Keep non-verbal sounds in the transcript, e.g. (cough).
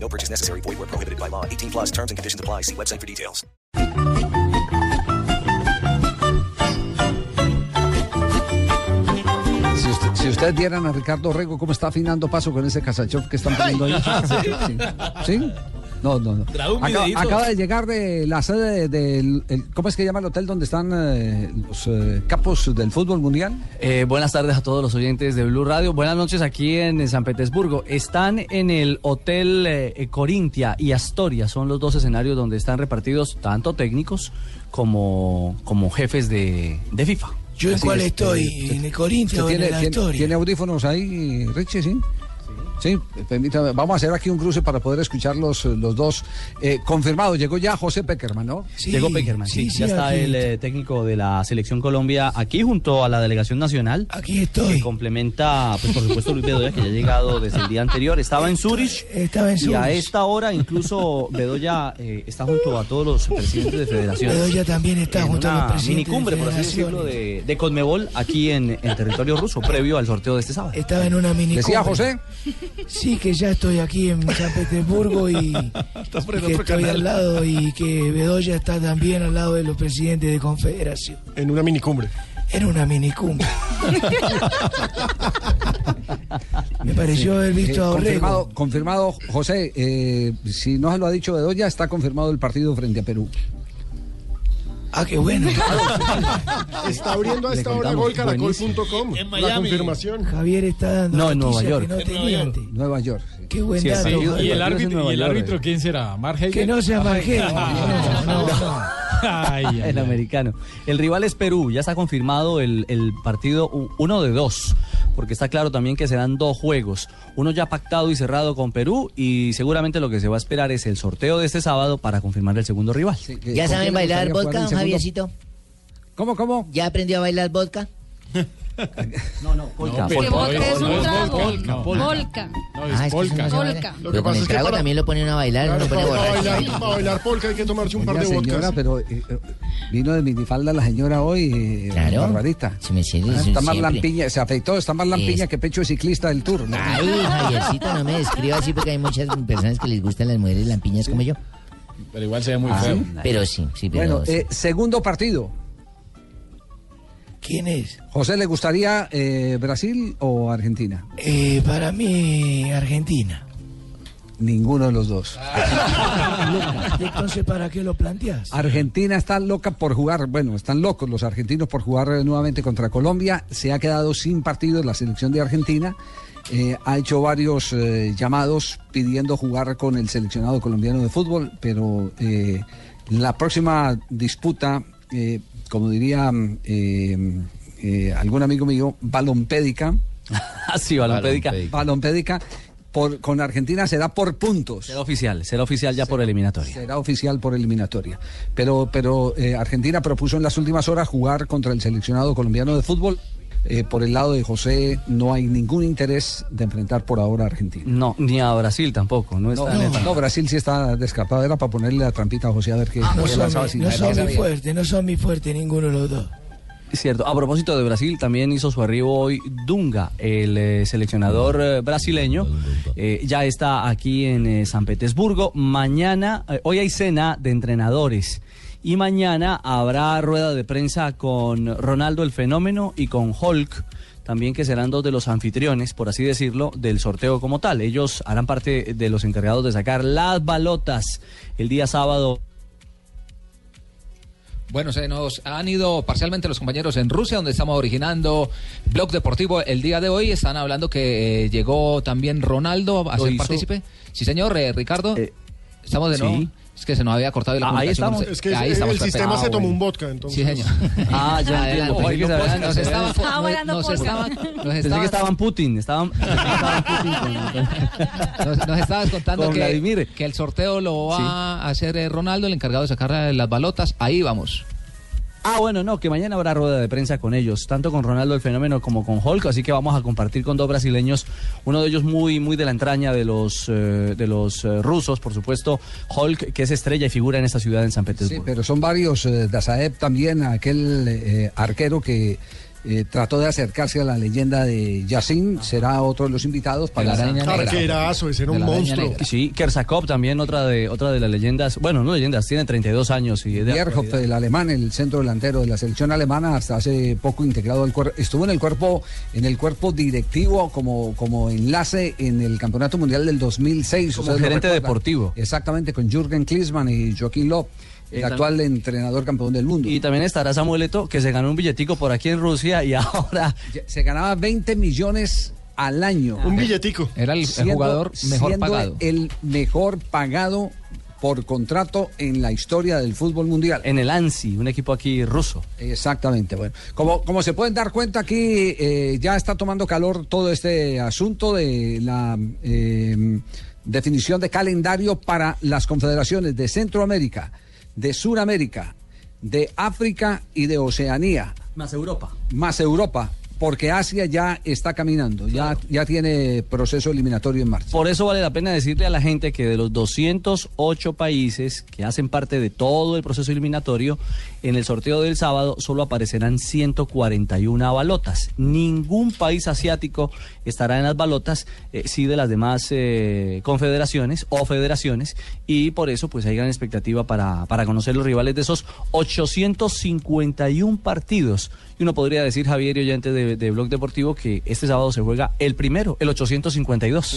No purchase necessary. Void where prohibited by law. 18 plus terms and conditions apply. See website for details. Si usted, si ustedes vieran a Ricardo Rego cómo está afinando paso con ese casachón que están poniendo ahí. ¿Sí? ¿Sí? No, no, no. Trae un Acaba, videíto. acaba de llegar de la sede del... el- ¿Cómo es que llama el hotel donde están eh, los eh, capos del fútbol mundial? Eh, buenas tardes a todos los oyentes de Blue Radio. Buenas noches aquí en San Petersburgo. Están en el Hotel eh, eh, Corintia y Astoria. Son los dos escenarios donde están repartidos tanto técnicos como, como jefes de, de FIFA. ¿Yo en Así cuál es, estoy? eh, ¿En el ¿Usted Corinthians o en tiene, el tiene- Astoria? tiene audífonos ahí, Richie, sí? Sí, eh, permítame. Vamos a hacer aquí un cruce para poder escuchar los, los dos. Eh, confirmado, llegó ya José Peckerman, ¿no? Sí, Diego Peckerman. sí, sí, ya está aquí, el eh, técnico de la Selección Colombia aquí junto a la Delegación Nacional. aquí Que estoy. complementa, pues por supuesto, Luis Bedoya, que ya ha llegado desde el día anterior. Estaba en Zurich. Estaba en Y a Zurich. esta hora, incluso Bedoya eh, está junto a todos los presidentes de federaciones. Bedoya también está en junto a los una presidentes de minicumbre, por así decirlo, de, de Conmebol aquí en, en territorio ruso, previo al sorteo de este sábado. (laughs) Estaba en una mini. Decía José. Sí, que ya estoy aquí en San Petersburgo (laughs) y, por el y que otro estoy canal. al lado y que Bedoya está también al lado de los presidentes de Confederación. En una minicumbre. Era una minicumbre. Me pareció haber Eh, visto a confirmado, Orrego. confirmado, José, eh, si no se lo ha dicho Bedoya, está confirmado el partido frente a Perú. Ah, qué bueno. Está abriendo a Le esta hora contamos, golcaracol.com. La confirmación. Javier está dando No, en Nueva noticias York. que no tenía antes. Nueva York. sí. Qué buen Sí, dato. sí, Javier. ¿Y el Partido es en árbitro, Nueva ¿y el York, árbitro eh. quién será? ¿Mark Hager? Que no sea Margel. No, no, no. Ay, ay, El ay. americano. El rival es Perú, ya está confirmado el, el partido u- uno de dos, porque está claro también que serán dos juegos. Uno ya pactado y cerrado con Perú y seguramente lo que se va a esperar es el sorteo de este sábado para confirmar el segundo rival. Sí, que- ¿Ya ¿con saben quién le bailar gustaría jugar vodka, el don segundo? Javiercito? ¿Cómo, cómo? ¿Ya aprendió a bailar vodka? No, no, Polka, pero Polka. no es un no trago. Volca, no. Volca. No, Ah, es es que eso Volca. no se baila. Polka. Lo que Pero con pasa el es que trago para- también lo ponen a bailar, Claro, lo ponen para, borracho. bailar, para bailar polka hay que tomarse un par Oiga, de señora, vodkas. pero eh, eh, vino de minifalda la señora hoy, eh, Claro. Barbarita. Si me siento, Ah, si- está más siempre. lampiña, se afeitó, está más lampiña Es- que pecho de ciclista del Tour. ¿no? Ay, Javiercito, no me describa así porque hay muchas personas que les gustan las mujeres lampiñas como yo. Pero igual se ve muy Ah, feo. Pero sí, sí, pero bueno, sí. eh, segundo partido. ¿Quién es? José, ¿le gustaría eh, Brasil o Argentina? Eh, para mí, Argentina. Ninguno de los dos. Entonces, ¿para qué lo planteas? Ah, Argentina está loca por jugar, bueno, están locos los argentinos por jugar eh, nuevamente contra Colombia. Se ha quedado sin partido la selección de Argentina. Eh, ha hecho varios eh, llamados pidiendo jugar con el seleccionado colombiano de fútbol, pero eh, la próxima disputa, eh, como diría mm, eh, eh, algún amigo mío, balompédica, Ah, (laughs) sí, Balompédica. balompédica por, con Argentina será por puntos. Será oficial, será oficial ya por eliminatoria. Será oficial por eliminatoria. Pero, pero eh, Argentina propuso en las últimas horas jugar contra el seleccionado colombiano de fútbol. Eh, por el lado de José no hay ningún interés de enfrentar por ahora a Argentina. No, ni a Brasil tampoco, no No, está en el- no, Brasil sí está descartado. Era para ponerle la trampita a Ah, José a ver qué No qué son, lanzaba mi- sin no saber. son mi fuerte, no son mi fuerte ninguno de los dos. Es Cierto. A propósito de Brasil, también hizo su arribo hoy Dunga, el eh, seleccionador eh, brasileño. Eh, ya está aquí en eh, San Petersburgo. Mañana, eh, hoy hay cena de entrenadores. Y mañana habrá rueda de prensa con Ronaldo el Fenómeno y con Hulk, también que serán dos de los anfitriones, por así decirlo, del sorteo como tal. Ellos harán parte de los encargados de sacar las balotas el día sábado Bueno, se nos han ido parcialmente los compañeros en Rusia, donde estamos originando Blog Deportivo el día de hoy. Están hablando que eh, llegó también Ronaldo a ¿Lo ser hizo? partícipe. Sí, señor, eh, Ricardo. Eh, estamos de nuevo. sí. Es que se nos había cortado Ah, la ahí comunicación. estamos. Es que Ahí el estamos, perfecto. sistema Ah, se tomó bueno. un vodka, entonces. Sí, señor. (laughs) Ah, ya Adelante. entiendo. Oye, que se adelantan, Nos se estaban... (laughs) adelantan. nos- Nos estaban... nos Pensé estaban- que (laughs) estaban Putin, estaban, (laughs) estaban Putin con- con- Nos, nos estabas contando Con que, Vladimir. que el sorteo lo va a hacer eh, Ronaldo, el encargado de sacar eh, las balotas. Ahí vamos. Ah, bueno, no, que mañana habrá rueda de prensa con ellos, tanto con Ronaldo el Fenómeno como con Hulk, así que vamos a compartir con dos brasileños, uno de ellos muy, muy de la entraña de los, eh, de los eh, rusos, por supuesto, Hulk, que es estrella y figura en esta ciudad en San Sí, Petersburgo. pero son varios. eh, Dazaev también, aquel eh, arquero que eh, trató de acercarse a la leyenda de Yacine, será otro de los invitados para De la araña Ah. negra. pues, Arquerazo, ese era De un la araña monstruo. negra. Sí, Kersakov también, otra de, otra de las leyendas, bueno, no leyendas, tiene 32 años y es de Bierhoff, actualidad. el alemán, el centro delantero de la selección alemana, hasta hace poco integrado al cuerpo, estuvo en el cuerpo, en el cuerpo directivo como, como enlace en el Campeonato Mundial del 2006. Como ustedes lo gerente recuerdan. deportivo. Exactamente, con Jürgen Klinsmann y Joaquín Löw, el Eh, tam- actual entrenador campeón del mundo. Y también estará Samuel Eto'o, que se ganó un billetico por aquí en Rusia y (laughs) ahora Ya- Se ganaba 20 millones al año. Ah. Un billetico. Era el, el Siendo- jugador mejor siendo pagado. El mejor pagado por contrato en la historia del fútbol mundial. en el ANSI, un equipo aquí ruso. Exactamente, bueno. Como, como se pueden dar cuenta aquí, eh, ya está tomando calor todo este asunto de la eh, definición de calendario para las confederaciones de Centroamérica, de Suramérica, de África y de Oceanía, Más Europa. más Europa, porque Asia ya está caminando, ya, ya tiene proceso eliminatorio en marcha. Por eso vale la pena decirle a la gente que de los 208 países que hacen parte de todo el proceso eliminatorio, en el sorteo del sábado solo aparecerán 141 balotas. Ningún país asiático estará en las balotas, eh, sí de las demás eh, confederaciones o federaciones, y por eso pues hay gran expectativa para, para conocer los rivales de esos 851 partidos. Y uno podría decir, Javier y oyente de, de Blog Deportivo, que este sábado se juega el primero, el 852.